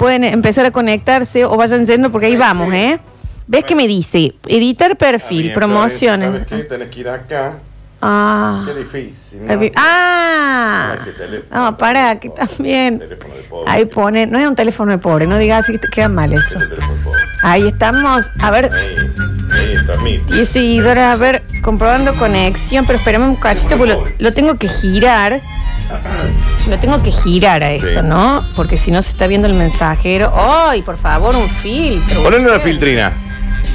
Pueden empezar a conectarse o vayan yendo porque ahí vamos, ¿eh? ¿Ves que me dice? Editar Está perfil, bien, promociones. ¿Sabes qué? Tenés que ir acá. Ah. Qué difícil. ¿no? Ah. Ah, Ay, qué teléfono. no, pará, que también. Teléfono de pobre. Ahí pone, no es un teléfono de pobre, no digas así que te queda mal eso. El teléfono de pobre. Ahí estamos, a ver, Ahí, ahí está, mi. 10 seguidores, a ver, comprobando conexión, pero espérame un cachito, porque lo, lo tengo que girar. Lo tengo que girar a esto, Sí. ¿no? Porque si no se está viendo el mensajero. ¡Ay, por favor, un filtro! Ponle una filtrina.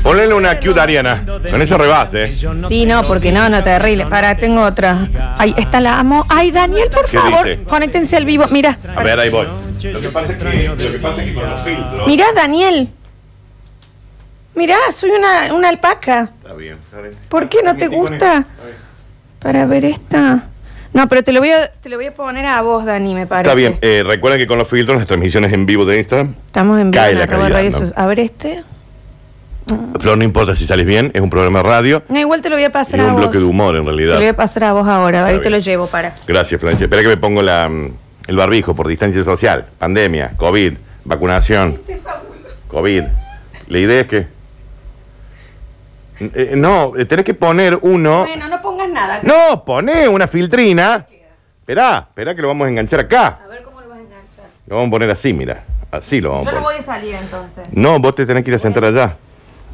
Ponle una Q de Ariana. Con eso rebas, eh. Sí, no, porque no, no, terrible. Para, tengo otra. Ahí está la amo. Ay, Daniel, por ¿Qué favor, dice? conéctense al vivo. Mira, A ver, ahí voy. Lo que pasa es que, lo que, pasa es que con los filtros. mira, Daniel. Mira, soy una, una alpaca. Está bien. ¿Por qué no te gusta? Para ver esta. No, pero te lo voy a, te lo voy a poner a vos, Dani, me parece. Está bien. Eh, recuerda que con los filtros, las transmisiones en vivo de Instagram, Estamos en vivo Cae en la arroba calidad, radio ¿no? Sos- A ver este. Flor, no importa si sales bien, es un programa de radio. No, igual te lo voy a Y pasar a un vos. bloque de humor, en Te lo voy a realidad. pasar a vos ahora, ahorita bien. lo llevo para. Gracias, Florencia. Espera que me pongo la, mm, el barbijo por distancia social, pandemia, COVID, vacunación, COVID. La idea es que... Eh, no, eh, tenés que poner uno... Bueno, no pongas nada. No, poné una filtrina. Esperá, esperá que lo vamos a enganchar acá. A ver cómo lo vas a enganchar. Lo vamos a poner así, mira. Así lo vamos a Yo no poner. voy a salir entonces. No, vos te tenés que ir a sentar allá.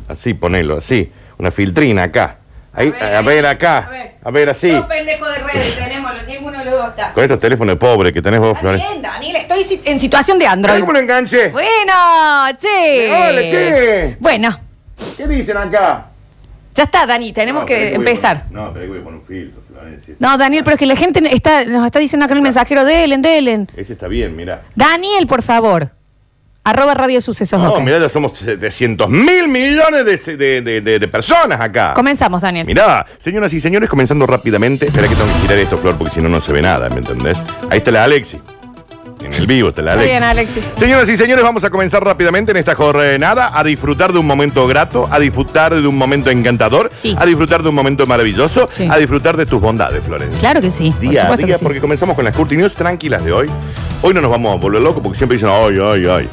Así, ponelo, así. Una filtrina acá. Ahí, a ver, acá. A ver, así. Dos pendejos de redes tenemos, los- ninguno de los dos está. Con estos teléfonos pobres que tenés vos, Está Flores. bien, Daniel, estoy si- en situación de Mirá Android. cómo lo enganche? Bueno, che. Hola, che. Bueno, ¿Qué dicen acá? ya está, Dani, tenemos No, que espera voy a empezar. poner- no, pero que voy a poner un filtro, Florencia. No, Daniel, pero es que la gente está, nos está diciendo acá en el mensajero, Delen, Delen. Ese está bien, mira. Daniel, por favor. Arroba Radio Sucesos. No, ok. mirá, ya somos 700 mil millones de, se- de- de- de- de personas acá. Comenzamos, Daniel. Mirá, señoras y señores, comenzando rápidamente. Espera que tengo que girar esto, Flor, porque si no, no se ve nada, ¿me entendés? Ahí está la Alexi. En el vivo está la Está Alexi. bien, Alexis. Señoras y señores, vamos a comenzar rápidamente en esta jornada a disfrutar de un momento grato, a disfrutar de un momento encantador, Sí. a disfrutar de un momento maravilloso, Sí. a disfrutar de tus bondades, Florencia. Claro que sí. por Día a supuesto que día, sí. porque comenzamos con las Curti News tranquilas de hoy. Hoy no nos vamos a volver locos porque siempre dicen, ay, ay, ay.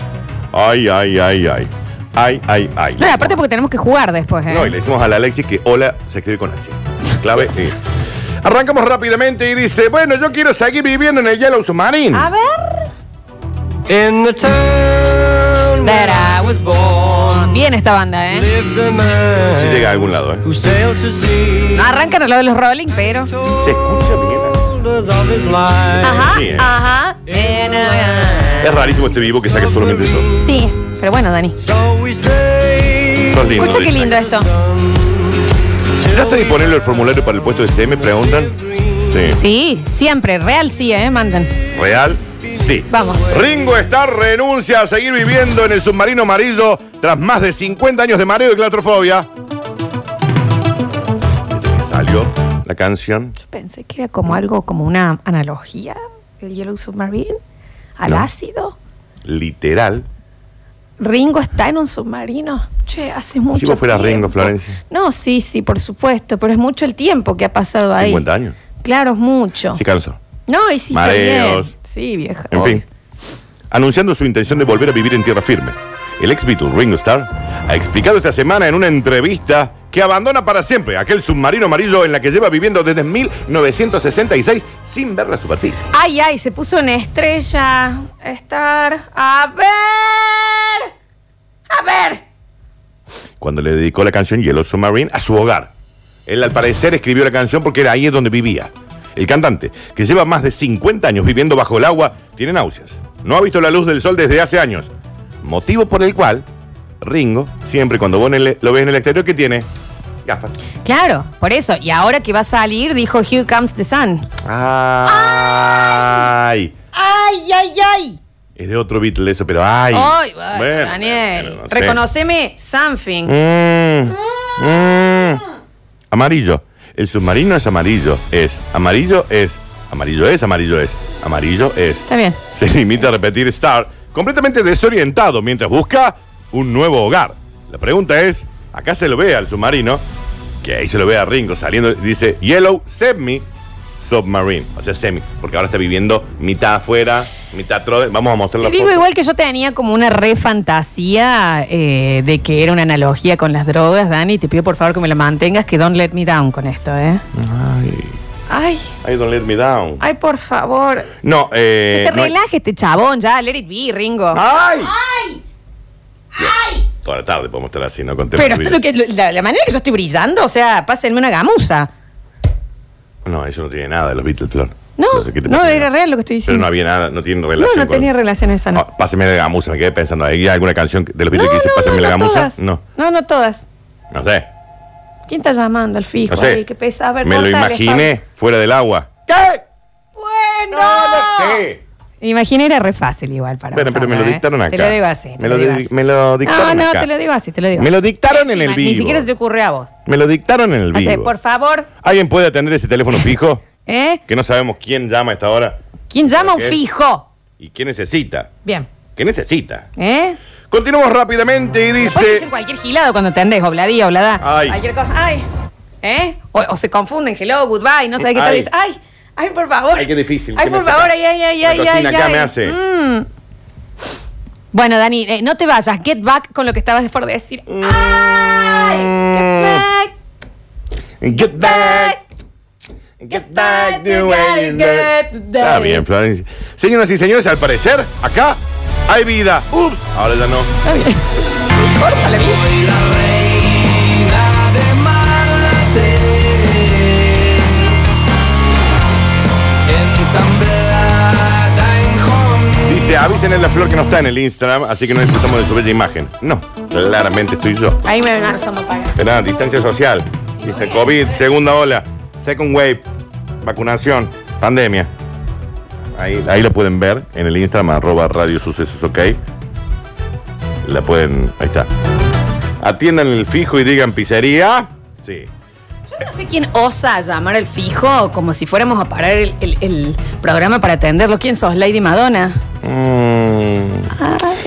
Ay, ay, ay, ay. Ay, ay, ay. No, y aparte porque tenemos que jugar después, ¿eh? No, y le decimos a la Alexis que hola se escribe con H. Clave E. Arrancamos rápidamente y dice, bueno, yo quiero seguir viviendo en el Yellow Submarine. A ver. In the town that I was born, Bien esta banda, ¿eh? lived a Si llega man a algún lado, ¿eh? who sailed to sea. No arrancan a lo de los Rolling, pero. Se escucha bien. ¿eh? Shoulders of his life. Ajá, Sí, ¿eh? ajá. Es rarísimo este vivo que saque solamente eso. Sí, pero bueno, Dani. So we say. Sos lindo, Escucha qué dice. lindo esto. ¿Ya está disponible el formulario para el puesto de CM? Preguntan. Sí. Sí, siempre. Real sí, ¿eh? Mandan. ¿Real? Sí. Vamos. Ringo Starr renuncia a seguir viviendo en el submarino amarillo tras más de 50 años de mareo y claustrofobia. Salió la canción. Pensé que era como algo, como una analogía del Yellow Submarine al No. ácido. Literal. Ringo está en un submarino. Che, hace mucho Si vos fueras tiempo. Ringo, Florencia. No, sí, sí, por supuesto, pero es mucho el tiempo que ha pasado ahí. 50 años. Claro, es mucho. Sí, canso. no, y sí, Mareos. Mareos. Sí, vieja. En obvio. fin. Anunciando su intención de volver a vivir en tierra firme, el ex Beatle Ringo Starr ha explicado esta semana en una entrevista que abandona para siempre aquel submarino amarillo en la que lleva viviendo desde 1966 sin ver la superficie. Ay, ay, se puso una estrella. Estar. A ver. A ver. Cuando le dedicó la canción Yellow Submarine a su hogar, Él al parecer escribió la canción porque era ahí es donde vivía. El cantante, que lleva más de 50 años viviendo bajo el agua, tiene náuseas. No ha visto la luz del sol desde hace años. Motivo por el cual Ringo, siempre cuando vos en el- lo ves en el exterior, ¿qué tiene? Gafas. Claro, por eso. Y ahora que va a salir, dijo Here Comes the Sun. ¡Ay! ¡Ay, ay, ay! Es de otro Beatle eso, pero ¡ay! ¡Ay, ay, Bueno, Daniel! bueno, no sé. Reconoceme something. Mm, mm. Amarillo. El submarino es amarillo. Es. Amarillo es. Amarillo es, amarillo es. Amarillo es. Está bien. Se limita a repetir Star, completamente desorientado mientras busca un nuevo hogar. La pregunta es, acá se lo ve al submarino, que ahí se lo ve a Ringo saliendo, dice Yellow Semi Submarine, o sea, semi, porque ahora está viviendo mitad afuera, mitad atrás. Vamos a mostrar Te la digo foto. igual que yo tenía como una re fantasía eh, de que era una analogía con las drogas, Dani. Te pido por favor que me la mantengas, que don't let me down con esto, ¿eh? Ay, Ay, ay, don't let me down. ay, por favor. No, eh... que se no hay- Ah, relaje este chabón ya, let it be, Ringo. ¡Ay! Bien, Toda la tarde podemos estar así, no Con temas Pero de esto es lo que, lo- la, la manera que yo estoy brillando, o sea, pásenme una gamuza. No, eso no tiene nada de los Beatles, Flor. No, sé qué te no, pasa. era real lo que estoy Pero diciendo. no había nada, no tiene no, relación no con- tenía relación esa, no. Ah, páseme la gamusa, me quedé pensando. ¿Hay alguna canción de los No, Beatles que dice no, Pásame no, la no gamusa? todas. No, No, no todas. no sé. ¿Quién está llamando al fijo? No sé. Ay, qué pesa. A ver, me lo cortale, imaginé fuera del agua. ¿Qué? Pablo. Bueno. No, lo sé. Imaginé era re fácil igual para Bueno, pero me lo usarla, ¿eh? dictaron acá. Te lo digo así. te Me lo, digo di- así. me lo No, dictaron no, acá. te lo digo así, te lo digo. Me lo dictaron en el Encima, Ni vivo. siquiera se te ocurre a vos. Me lo dictaron en el Ate, vivo. por favor, ¿Alguien puede atender ese teléfono fijo? ¿eh? Que no sabemos quién llama a esta hora ¿Quién llama a un ¿Qué? fijo? y qué necesita. Bien, ¿Qué necesita? ¿eh? Continuamos rápidamente y Puedes dice... decir cualquier gilado cuando entendés, obladía, oblada. Ay. Cualquier cosa. Ay. ¿Eh? O, o se confunden, hello, goodbye, no sabes qué tal. Ay. dices, Ay, ay, por favor. Ay, qué difícil. Ay, ¿Qué por me favor, saca? ay, ay, ay, La ay, ay. cocina acá ay. me hace. Mm. Bueno, Dani, eh, no te vayas. Get back con lo que estabas por decir. Mm. Ay, get back. Get back. Get back to where you belong. Está bien, Florencia. Señoras y señores, al parecer, acá hay vida. Ups, ahora ya no. Ensamblada en Hong Dice, avisen a la flor que no está en el Instagram, así que no disfrutamos de su bella imagen. No, claramente estoy yo. Ahí me ven rozando para. Era distancia social. Dice COVID, segunda ola, second wave, vacunación, pandemia. Ahí, ahí la pueden ver en el Instagram, arroba radio sucesos, ok. La pueden, ahí está. Atiendan el fijo y digan pizzería. Sí. Yo no sé quién osa llamar al fijo como si fuéramos a parar el, el- el programa para atenderlo. ¿Quién sos, Lady Madonna? Mm.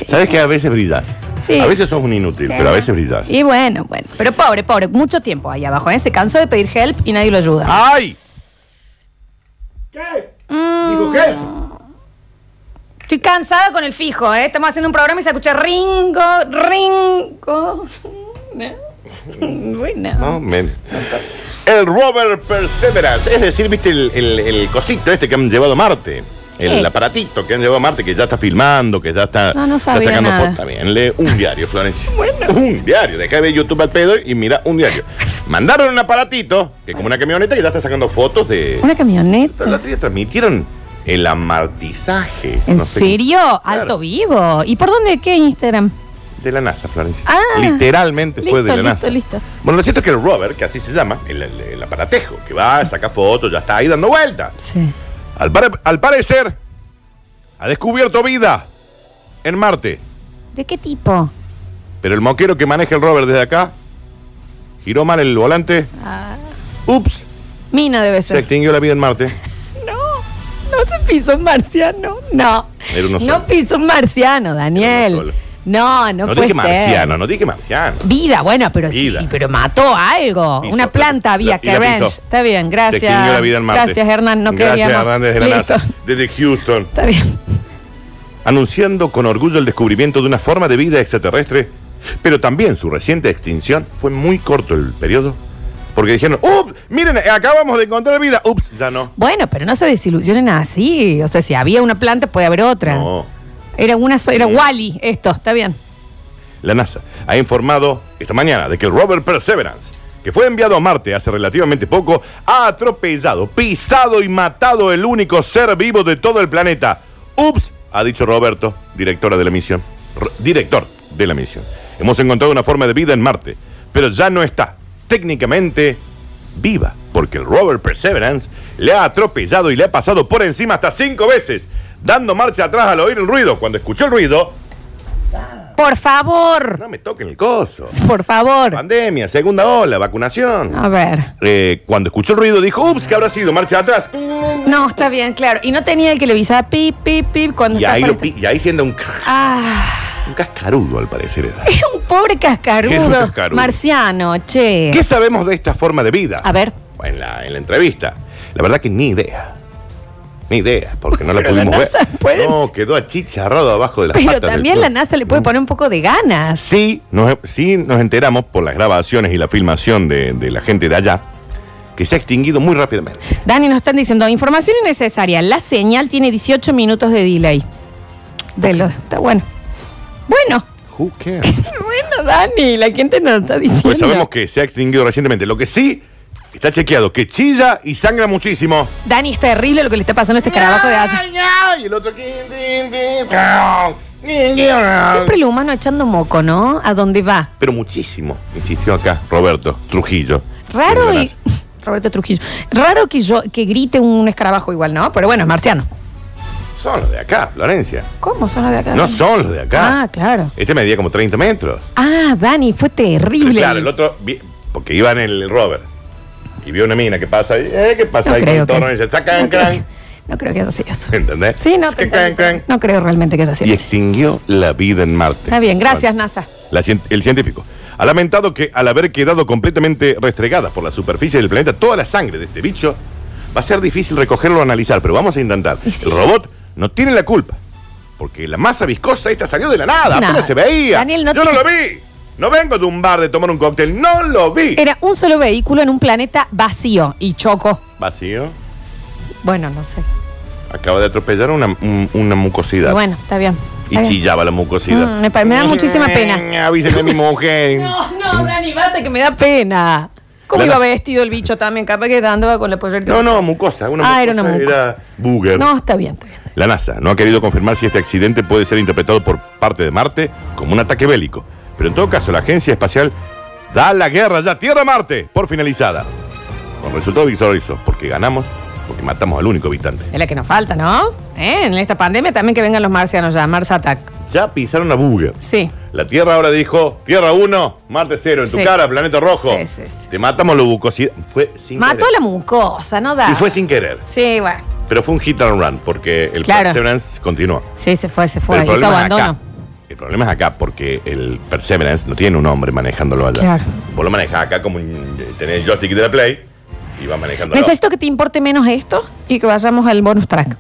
Sabes que a veces brillas. Sí. A veces sos un inútil, pero a veces brillas. Y bueno, bueno. Pero pobre, pobre. Mucho tiempo ahí abajo, ¿eh? Se cansó de pedir help y nadie lo ayuda. ¡Ay! ¿Qué? ¿Digo qué? Estoy cansada con el fijo, ¿eh? Estamos haciendo un programa y se escucha Ringo, Ringo. No. Bueno. No, men. El rover Perseverance, es decir, viste el, el- el cosito este que han llevado a Marte. El Sí. aparatito que han llevado a Marte, que ya está filmando, que ya está, No, no está sabía sacando nada. fotos. También lee un diario, Florencia. Un diario. Deja de ver YouTube al pedo y mira un diario. Mandaron un aparatito, que es como una camioneta, que ya está sacando fotos de. Una camioneta. La otra día transmitieron el amartizaje. ¿En no sé qué- serio? Claro, Alto vivo. ¿Y por dónde? ¿Qué Instagram? De la NASA, Florencia. Ah. Literalmente fue de Listo, la NASA. listo, listo. Bueno, lo cierto es que el rover, que así se llama, el, el- el aparatejo, que va, saca fotos, ya está ahí dando vueltas. Sí. Al, pare- al parecer, ha descubierto vida en Marte. ¿De qué tipo? Pero el moquero que maneja el rover desde acá giró mal el volante. Ah. Ups, Mina debe se ser. extinguió la vida en Marte. No, no se pisó un marciano, no. Era uno solo. no pisó un marciano, Era uno Daniel. solo. No, no, No, puede dije ser. marciano, no dije marciano. Vida, bueno, pero sí, Vida. pero mató algo. Pisó, Una planta la- había la- y que la ranch. pisó. Está bien, Se gracias. extinguió la vida en Marte. Gracias, Hernán, no Gracias, queríamos. Hernán, desde la Listo. NASA, desde Houston. Está bien. anunciando con orgullo el descubrimiento de una forma de vida extraterrestre, pero también su reciente extinción fue muy corto el periodo, porque dijeron, ¡Ups! Miren, acabamos de encontrar vida. ¡Ups! Ya no. Bueno, pero no se desilusionen así. O sea, si había una planta, puede haber otra. No. Era una sola, era Wally, esto, está bien. La NASA ha informado esta mañana de que el rover Perseverance, que fue enviado a Marte hace relativamente poco, ha atropellado, pisado y matado el único ser vivo de todo el planeta. Ups, ha dicho Roberto, directora de la misión. R- director de la misión. Hemos encontrado una forma de vida en Marte, pero ya no está técnicamente viva, porque el rover Perseverance le ha atropellado y le ha pasado por encima hasta cinco veces, dando marcha atrás al oír el ruido. Cuando escuchó el ruido, Por favor, no me toquen el coso. por favor. Pandemia, segunda ola, vacunación. A ver. Eh, cuando escuchó el ruido dijo, ups, que habrá sido marcha atrás. No, está bien, claro. Y no tenía el que le avisaba pip, pip, pip cuando Y estaba ahí, por lo esta- pi- y ahí siendo un, ca- Ah, un cascarudo, al parecer. era. es un pobre Era cascarudo, un cascarudo. marciano, che. ¿Qué sabemos de esta forma de vida? A ver. En la, en la entrevista. La verdad que ni idea. Ni idea, porque no la Pero la pudimos NASA ver. puede- No, quedó achicharrado abajo de las Pero patas del también la club. NASA le puede poner un poco de ganas. Sí nos, sí nos enteramos por las grabaciones y la filmación de, de la gente de allá que se ha extinguido muy rápidamente. Dani nos están diciendo, información innecesaria. La señal tiene 18 minutos de delay. De lo, está bueno. Bueno. Who cares? Bueno, Dani, la gente nos está diciendo. Pues sabemos que se ha extinguido recientemente. Lo que sí está chequeado, que chilla y sangra muchísimo. Dani, es terrible lo que le está pasando a este escarabajo de allá. Y el otro... Siempre Siempre el humano echando moco, ¿no? ¿A dónde va? pero muchísimo, insistió acá Roberto Trujillo. Raro Perdonás. y. Roberto Trujillo. Raro que yo que grite un escarabajo igual, ¿no? Pero bueno, es marciano. Son los de acá, Florencia. ¿Cómo son los de acá? No son los de acá. Ah, claro. Este medía como 30 metros. Ah, Dani, fue terrible. Claro, el otro, vi- porque iba en el rover y vio una mina que pasa, ahí, eh, ¿qué pasa No ahí creo con que torno? Y dice, está can, no, creo cran. que- no creo que haya sido eso. ¿Entendés? Sí, no, Está te- can, cran. no creo realmente que haya sido Y eso. extinguió la vida en Marte. Está bien, gracias, NASA. La cien- el científico ha lamentado que al haber quedado completamente restregada por la superficie del planeta toda la sangre de este bicho, va a ser difícil recogerlo o analizar, pero vamos a intentar. Y sí. El robot no tiene la culpa, porque la masa viscosa esta salió de la nada, No. apenas se veía. Daniel, no Yo te- no lo vi. No vengo de un bar de tomar un cóctel, no lo vi. Era un solo vehículo en un planeta vacío y choco. Vacío. Bueno, no sé. Acaba de atropellar una, un- una mucosidad. Bueno, está bien. Y está bien. chillaba la mucosidad. Mm, me pa- me da muchísima pena. Avísenme a mi mujer. No, no, Dani, basta que me da pena. ¿Cómo La iba NASA- vestido el bicho también? Capaz que andaba con la pollerita. No, no, mucosa. Una Ah, era una Era booger. No, está bien, está bien. La NASA no ha querido confirmar si este accidente puede ser interpretado por parte de Marte como un ataque bélico, pero en todo caso la agencia espacial da la guerra ya Tierra-Marte por finalizada. Con resultado victorioso, porque ganamos, porque matamos al único habitante. Es la que nos falta, ¿no? ¿Eh? En esta pandemia también que vengan los marcianos ya, Mars Attack. Ya pisaron a Booger. Sí. La Tierra ahora dijo, Tierra 1, Marte 0, en tu Sí. cara, planeta rojo. Sí, sí, sí. Te matamos lo bucosidad. Fue sin Mató a querer. la mucosa, ¿no da? Y fue sin querer. Sí, bueno. Pero fue un hit and run, porque el Claro. Perseverance continuó. Sí, se fue, se Pero fue. el Hizo problema es abandono. acá. El problema es acá porque el Perseverance no tiene un hombre manejándolo allá. Claro. Vos lo manejás acá como un- eh, tenés el joystick de la Play y vas manejando. Necesito que te importe menos esto y que vayamos al bonus track.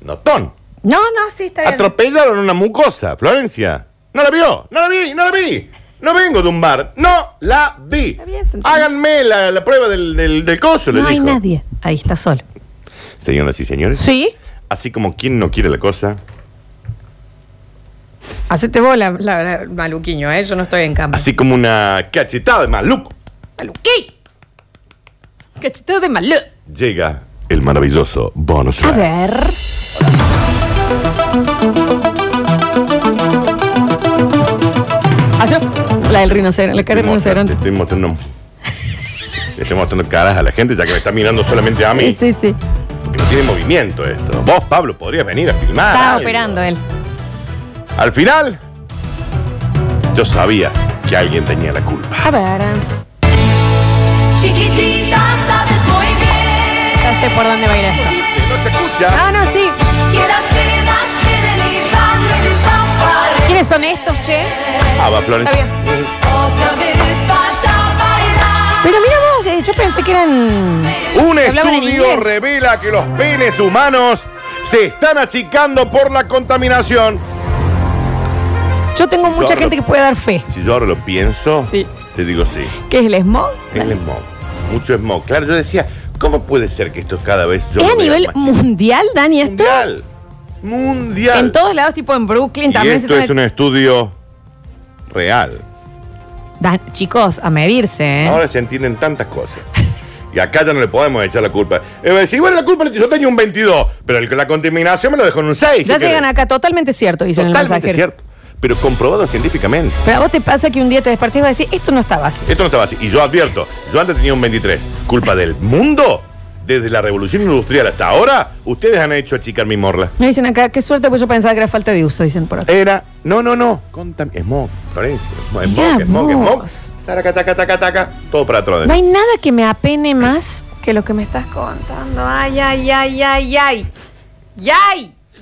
Notón. No, no, sí, está bien. Atropellaron una mucosa, Florencia. No la vio, no la vi, no la vi. No vengo de un bar, no la vi. bien, se entiende. Háganme la, la prueba del, del, del coso, le no hay dijo. nadie. Ahí está solo. Señoras y señores, Sí. así como quien no quiere la cosa, Hacete vos la, la- la- maluquiño, ¿eh? Yo no estoy en cama. así como una cachetada de maluco, Maluquí. Cachetado de malu. llega el maravilloso bonus A track. ver. Ah, yo. La del rinoceronte, la cara del rinoceronte. mostrando- Te estoy mostrando. Le estoy mostrando caras a la gente ya que me está mirando solamente a mí. Sí, sí, sí. Que no tiene movimiento esto. Vos, Pablo, podrías venir a filmar. Estaba algo. operando él. Al final, yo sabía que alguien tenía la culpa. A ver. Chiquitita, sabes muy bien Ya sé por dónde va a ir esto. No se escucha. Ah, no, sí. que las penas vienen y van y desaparecen. ¿Quiénes son estos, che? Ah, va, Flores. Está bien. Otra vez vas a bailar. Pero mira vos, eh, yo pensé que eran. Un Hablaban en estudio inglés. revela que los penes humanos se están achicando por la contaminación. Yo tengo Sí, mucha claro. gente que puede dar fe. Si yo ahora lo pienso, Sí. te digo sí. ¿Qué es el smog? El smog. Mucho smog. Claro, yo decía, ¿cómo puede ser que esto cada vez yo ¿Es lo a vea nivel más? mundial, Dani, esto? Mundial. Mundial. En todos lados, tipo en Brooklyn y también esto se es un estudio real. Da- chicos, a medirse, ¿eh? Ahora se entienden tantas cosas. Y acá ya no le podemos echar la culpa. Eh, si bueno, la culpa yo tenía un 22, pero el- la contaminación me lo dejó en un 6. ya llegan acá, totalmente cierto, dicen en el Totalmente mensajero. cierto, pero comprobado científicamente. Pero a vos te pasa que un día te despertás y vas a decir, esto no estaba así. Esto no estaba así. Y yo advierto, yo antes tenía un 23. Culpa del mundo. Desde la revolución industrial hasta ahora, ustedes han hecho achicar mi morla. Me dicen acá, qué suerte, pues yo pensaba que era falta de uso, dicen por acá. Era, no, no, no. Contam smog, Florencia. Smog, Mirá smog, smog, smog. vos. Saraca, taca, taca, taca. Todo para atrás. No hay nada que me apene más que lo que me estás contando. Ay, ay, ay, ay, ay. Yay,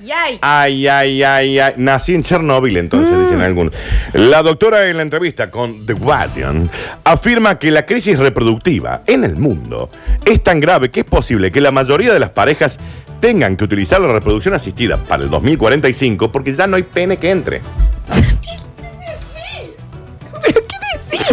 yay. Ay, ay, ay, ay. Nací en Chernóbil, entonces, Mm. dicen algunos. La doctora en la entrevista con The Guardian afirma que la crisis reproductiva en el mundo es tan grave que es posible que la mayoría de las parejas tengan que utilizar la reproducción asistida para el 2045 porque ya no hay pene que entre. ¿Pero qué decís?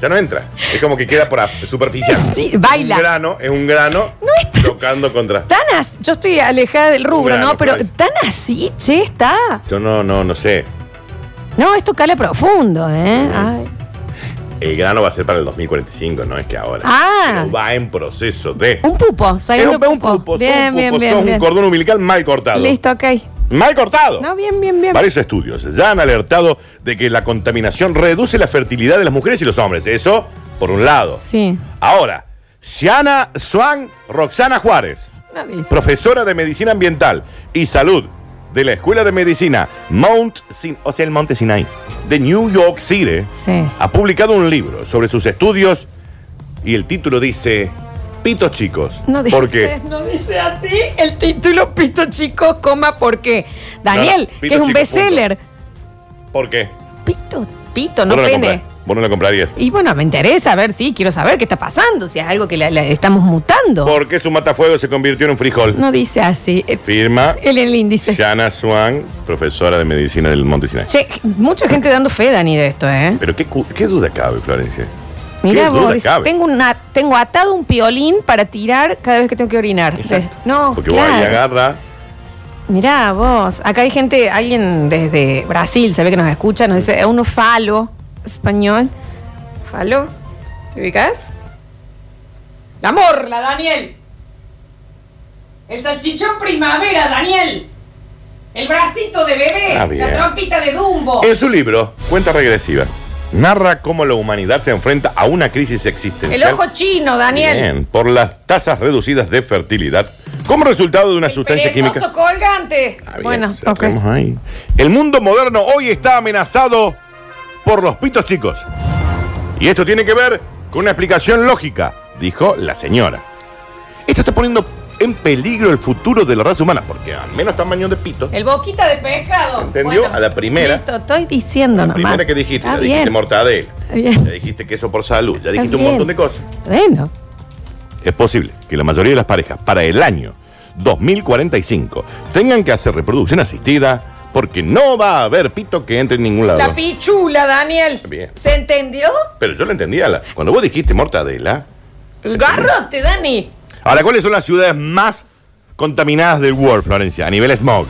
Ya no entra. Es como que queda por af- superficial. Sí, baila. Un grano, es un grano está- tocando contra. Tan así, yo estoy alejada del rubro, grano, ¿no? Pero Florencia. tan así, che, está. Yo no, no, no sé. No, esto cala profundo, ¿eh? Ay. El grano va a ser para el 2045, no es que ahora. Ah. Pero va en proceso de. Un pupo, soy Es un un, un pupo, sos Bien, un bien, pupo, sos bien, un bien. cordón umbilical mal cortado. Listo, ok. Mal cortado. No, bien, bien, bien. Varios estudios ya han alertado de que la contaminación reduce la fertilidad de las mujeres y los hombres. Eso, por un lado. Sí. Ahora, Siana Swan Roxana Juárez, No dice. profesora de Medicina Ambiental y Salud de la Escuela de Medicina Mount Sin- o sea, el Monte Sinai, de New York City, Sí. ha publicado un libro sobre sus estudios y el título dice Pitos chicos. No dice, ¿Por qué? no dice así el título Pito Chicos, coma, ¿por qué? Daniel, No, que no, Pito es un Chicos, bestseller. ¿Por qué? Pito, pito, no Vos la pene. comprás, Vos no la comprarías. Y bueno, me interesa, a ver, sí, quiero saber qué está pasando, si es algo que la- la estamos mutando. ¿Por qué su matafuego se convirtió en un frijol? No dice así. Eh, Firma Él en el índice. Shana Swan, profesora de medicina del Monte Sinai. Che, mucha gente dando fe, Dani, de esto, ¿eh? Pero qué, cu- qué duda cabe, Florencia. Mirá ¿Qué duda vos, dice, cabe? tengo, una, tengo atado un piolín para tirar cada vez que tengo que orinar. Exacto. Sí. No, Porque claro. vos ahí agarra. Mirá vos, acá hay gente, alguien desde Brasil, se ve que nos escucha, nos dice, uno falo español. Falo, ¿te ubicas? La morla, Daniel. El salchichón primavera, Daniel. El bracito de bebé. Ah, bien. trompita de Dumbo. En su libro, Cuenta Regresiva, narra cómo la humanidad se enfrenta a una crisis existencial. El ojo chino, Daniel. Bien, por las tasas reducidas de fertilidad como resultado de una El sustancia perezoso química. colgante. Ah, bien, bueno, ok. cerremos ahí. El mundo moderno hoy está amenazado por los pitos chicos. Y esto tiene que ver con una explicación lógica, dijo la señora. Esto está poniendo en peligro el futuro de la raza humana, porque al menos tamaño de pito. El boquita de pescado. ¿Entendió? A la primera. Listo, estoy diciendo La nomás. primera que dijiste, Está ya dijiste bien. mortadela, Está bien. ya dijiste queso por salud, ya Está dijiste un bien. montón de cosas. Bueno. Es posible que la mayoría de las parejas para el año 2045 tengan que hacer reproducción asistida porque no va a haber pito que entre en ningún lado. La pichula, Daniel. Bien. ¿Se entendió? Pero yo lo entendía. la- Cuando vos dijiste mortadela. El garrote, Dani. Ahora, ¿cuáles son las ciudades más contaminadas del world, Florencia? A nivel smog.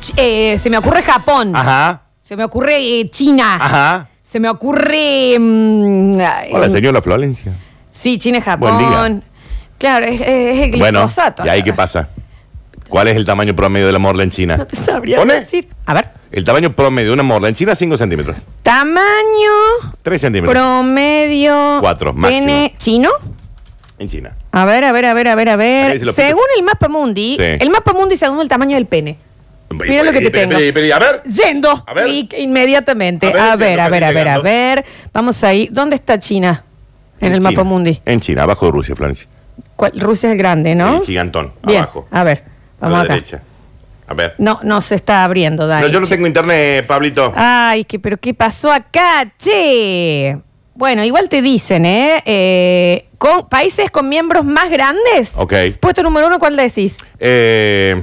Ch- eh, se me ocurre Japón. Ajá, Se me ocurre eh, China. ajá. Se me ocurre. mm, ay, Hola, mm, señora Florencia. Sí, China, Japón. Buen día. Claro, es, es el Bueno, glifosato. ¿y ahí qué ahora. pasa? ¿Cuál es el tamaño promedio de la morla en China? No te sabría ¿Pone? decir. A ver. El tamaño promedio de una morla en China, 5 centímetros. Tamaño 3 centímetros. promedio. Cuatro, máximo. pene chino. en China. A ver, a ver, a ver, a ver, a Ahí se ver. lo puse. Según el mapa mundi, Sí. el mapa mundi según el tamaño del pene. Mira lo que te Pero, tengo. pero, pero, a ver. Yendo, A ver. clic inmediatamente. A ver, este, A ver, yendo, a ver, a ver, a llegando. ver. Vamos ahí. ¿Dónde está China? En el mapa China. mundi. En China, abajo de Rusia, Florencia. ¿Cuál? Rusia es el grande, ¿no? El gigantón, Bien. abajo. A ver, vamos a la acá. derecha. A ver. No, no se está abriendo, Dani. No, yo no che. tengo internet, Pablito. Ay, que, pero ¿qué pasó acá, che? Bueno, igual te dicen, ¿eh? Eh, con, países con miembros más grandes. Ok. Puesto número uno, ¿cuál decís? Eh,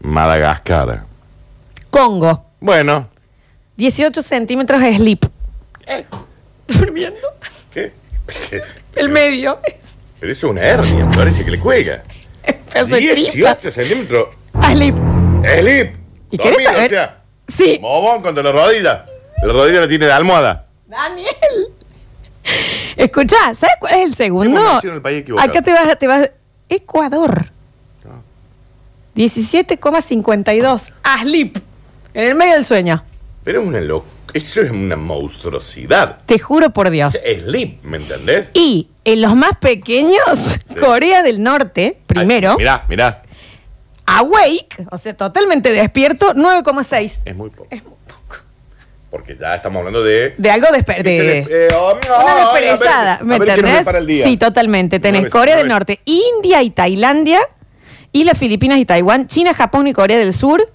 Madagascar. Congo. Bueno. 18 centímetros es slip. Eh. Durmiendo. ¿Qué? El medio. Pero eso es una hernia, Florencia, que le cuelga. Pedazo de tripa. 18 centímetros. Ah, slip. Slip. ¿Y querés Dormido, saber? O sea, Sí. bobón contra la rodilla. La rodilla la tiene de almohada. Daniel. Escucha, ¿sabes cuál es el segundo? Hemos nacido en el país equivocado. Ah. Acá te vas, te vas. Ecuador. 17,52. Aslip. Ah, En el medio del sueño. Pero es una loca. Eso es una monstruosidad. Te juro por Dios. eh. Sleep, ¿me entendés? Y en los más pequeños, Corea del Norte, primero. Ay, mirá, mirá. Awake, o sea, totalmente despierto, 9,6. Es muy poco. Porque ya estamos hablando de. De algo desper- de- Ese de- eh, oh, no, Una ay, a ver- desperezada, a ¿me ver qué nos entendés? depara el día. Sí, totalmente. Tenés Una vez, Corea una del vez. Norte, India y Tailandia, y las Filipinas y Taiwán, China, Japón y Corea del Sur,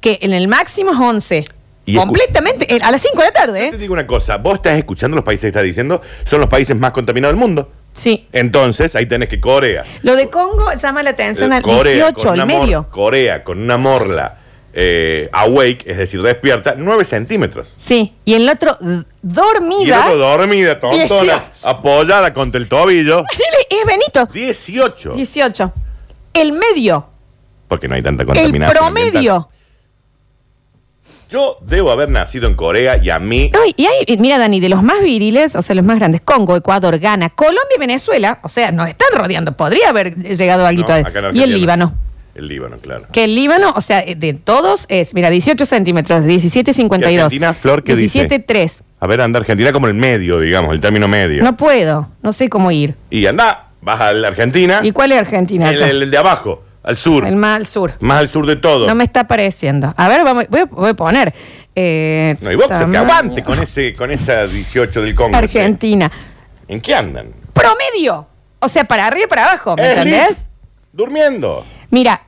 que en el máximo es 11. Y escu- Completamente, eh, a las 5 de la tarde, Te ¿eh? digo una cosa, vos estás escuchando los países que estás diciendo, son los países más contaminados del mundo. Sí. Entonces, ahí tenés que Corea. Lo de Congo llama la atención eh, al Corea, con 18, una al mor- medio. Corea, con una morla eh, awake, es decir, despierta, 9 centímetros. Sí, y el otro, d- Y el dormida. otro dormida, tontona, 18. apoyada contra el tobillo. Es Benito. 18. 18. El medio, Porque no hay tanta el contaminación. ambiental. promedio. Yo debo haber nacido en Corea y a mí. No, y y hay, y mira, Dani, de los más viriles, o sea, los más grandes, Congo, Ecuador, Ghana, Colombia y Venezuela, o sea, nos están rodeando. Podría haber llegado algo no, de- acá en Y el Argentina. Líbano. El Líbano, claro. Que el Líbano, o sea, eh, de todos es, mira, 18 centímetros, 17,52. ¿Y Argentina, Flor, qué dice? 17,3. A ver, anda Argentina como el medio, digamos, el término medio. No puedo, no sé cómo ir. Y anda, vas a la Argentina. ¿Y cuál es Argentina? el, acá? el- el de abajo, al sur. El más al sur. Más al sur de todo. No No, me está apareciendo. A ver, vamos, voy, a- voy a poner. eh, y vos que tamaño. aguante con, ese, con esa 18 del Congo. Argentina. che. ¿En qué andan? Promedio. O sea, para arriba y para abajo, ¿me Eh, entendés? Lip, Durmiendo. Mira,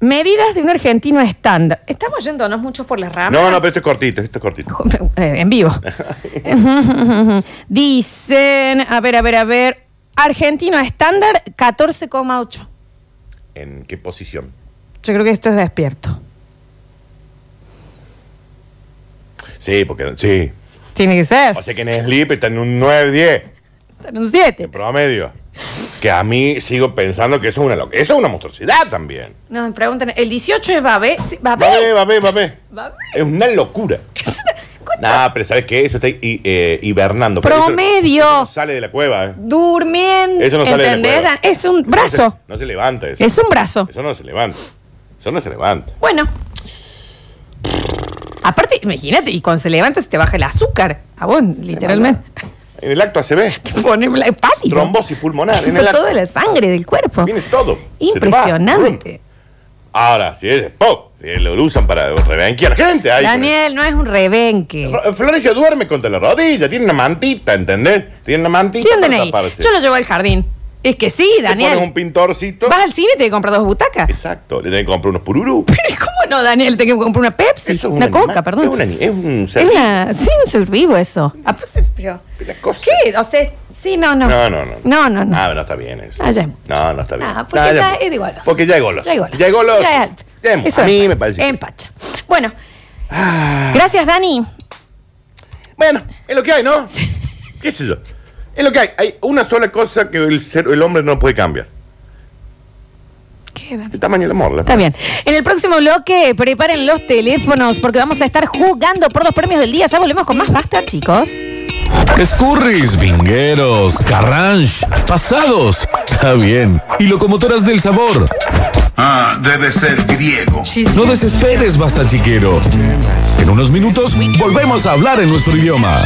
medidas de un argentino estándar. Estamos yéndonos mucho por las ramas. No, no, pero esto es cortito, esto es cortito. Eh, en vivo. Dicen, a ver, a ver, a ver. Argentino estándar 14,8. ¿En qué posición? Yo creo que esto es despierto. Sí, porque. Sí. Tiene que ser. O sea que en Sleep está en un 9, 10, Está en un 7. en promedio. Que a mí sigo pensando que eso es una loca. Eso es una monstruosidad también. Nos preguntan, ¿el 18 es Babé? Sí, Babé, Babé. babé, babé. Babé. Es una locura. Es una- ¿cuánto? Nah, pero ¿sabes qué? Eso está hi- eh, hibernando. Pero eso- Promedio. eso no sale de la cueva, ¿eh? Durmiendo. Eso no sale de la ¿Entendés? cueva. Es un Eso no se- brazo. No se levanta eso. Es un brazo. Eso no se levanta. Eso no se levanta. Bueno. Aparte, imagínate, y cuando se levanta se te baja el azúcar. A vos, literalmente. En el acto ACB. Te pone bla- pálido. Trombosis pulmonar. En el Con acto. toda la sangre del cuerpo. Viene todo. Se te va. Impresionante. Ahora, si es pop, eh, lo usan para rebenquear a la gente. ahí con el- Daniel, no es un rebenque. Ro- Florencia duerme contra la rodilla, tiene una mantita, ¿entendés? Tiene una mantita. ¿Qué andan para ahí? taparse. Yo lo llevo al jardín. Es que sí, Te pones un Daniel. pintorcito. Vas al cine y te que comprar dos butacas. Exacto, le tenés que comprar unos pururú. ¿Cómo no, Daniel? Te que comprar una Pepsi. Eso es un una animal, coca, perdón. Es un, ani- es un Es ser una, sí, un ser vivo eso. Aparte, pero- vivo, una cosa. ¿Qué? O sea, sí, no, no. No, no, no. No, no, no. Ah, no está bien eso. Ah, ya es mucho. no, no está bien. Ah, porque No, ya, es es de mucho. goloso. Porque ya es goloso. Ya es goloso. Ya es goloso. Ya es Em. alto. Ya es mucho. Eso A mí empacha. me parece. Ah. que- Empacha. Bueno. Gracias, Dani. Bueno, es lo que hay, ¿no? ¿Qué sé yo? Es lo que hay. Hay una sola cosa que el, ser- el hombre no puede cambiar. ¿Qué, Dani? El tamaño del amor. la Está bien. En el próximo bloque, preparen los teléfonos porque vamos a estar jugando por los premios del día. Ya volvemos con más basta, chicos. Escurris, vingueros, carranche, pasados. Está bien. Y locomotoras del sabor. Ah, debe ser griego. No desesperes, basta chiquero. En unos minutos volvemos a hablar en nuestro idioma.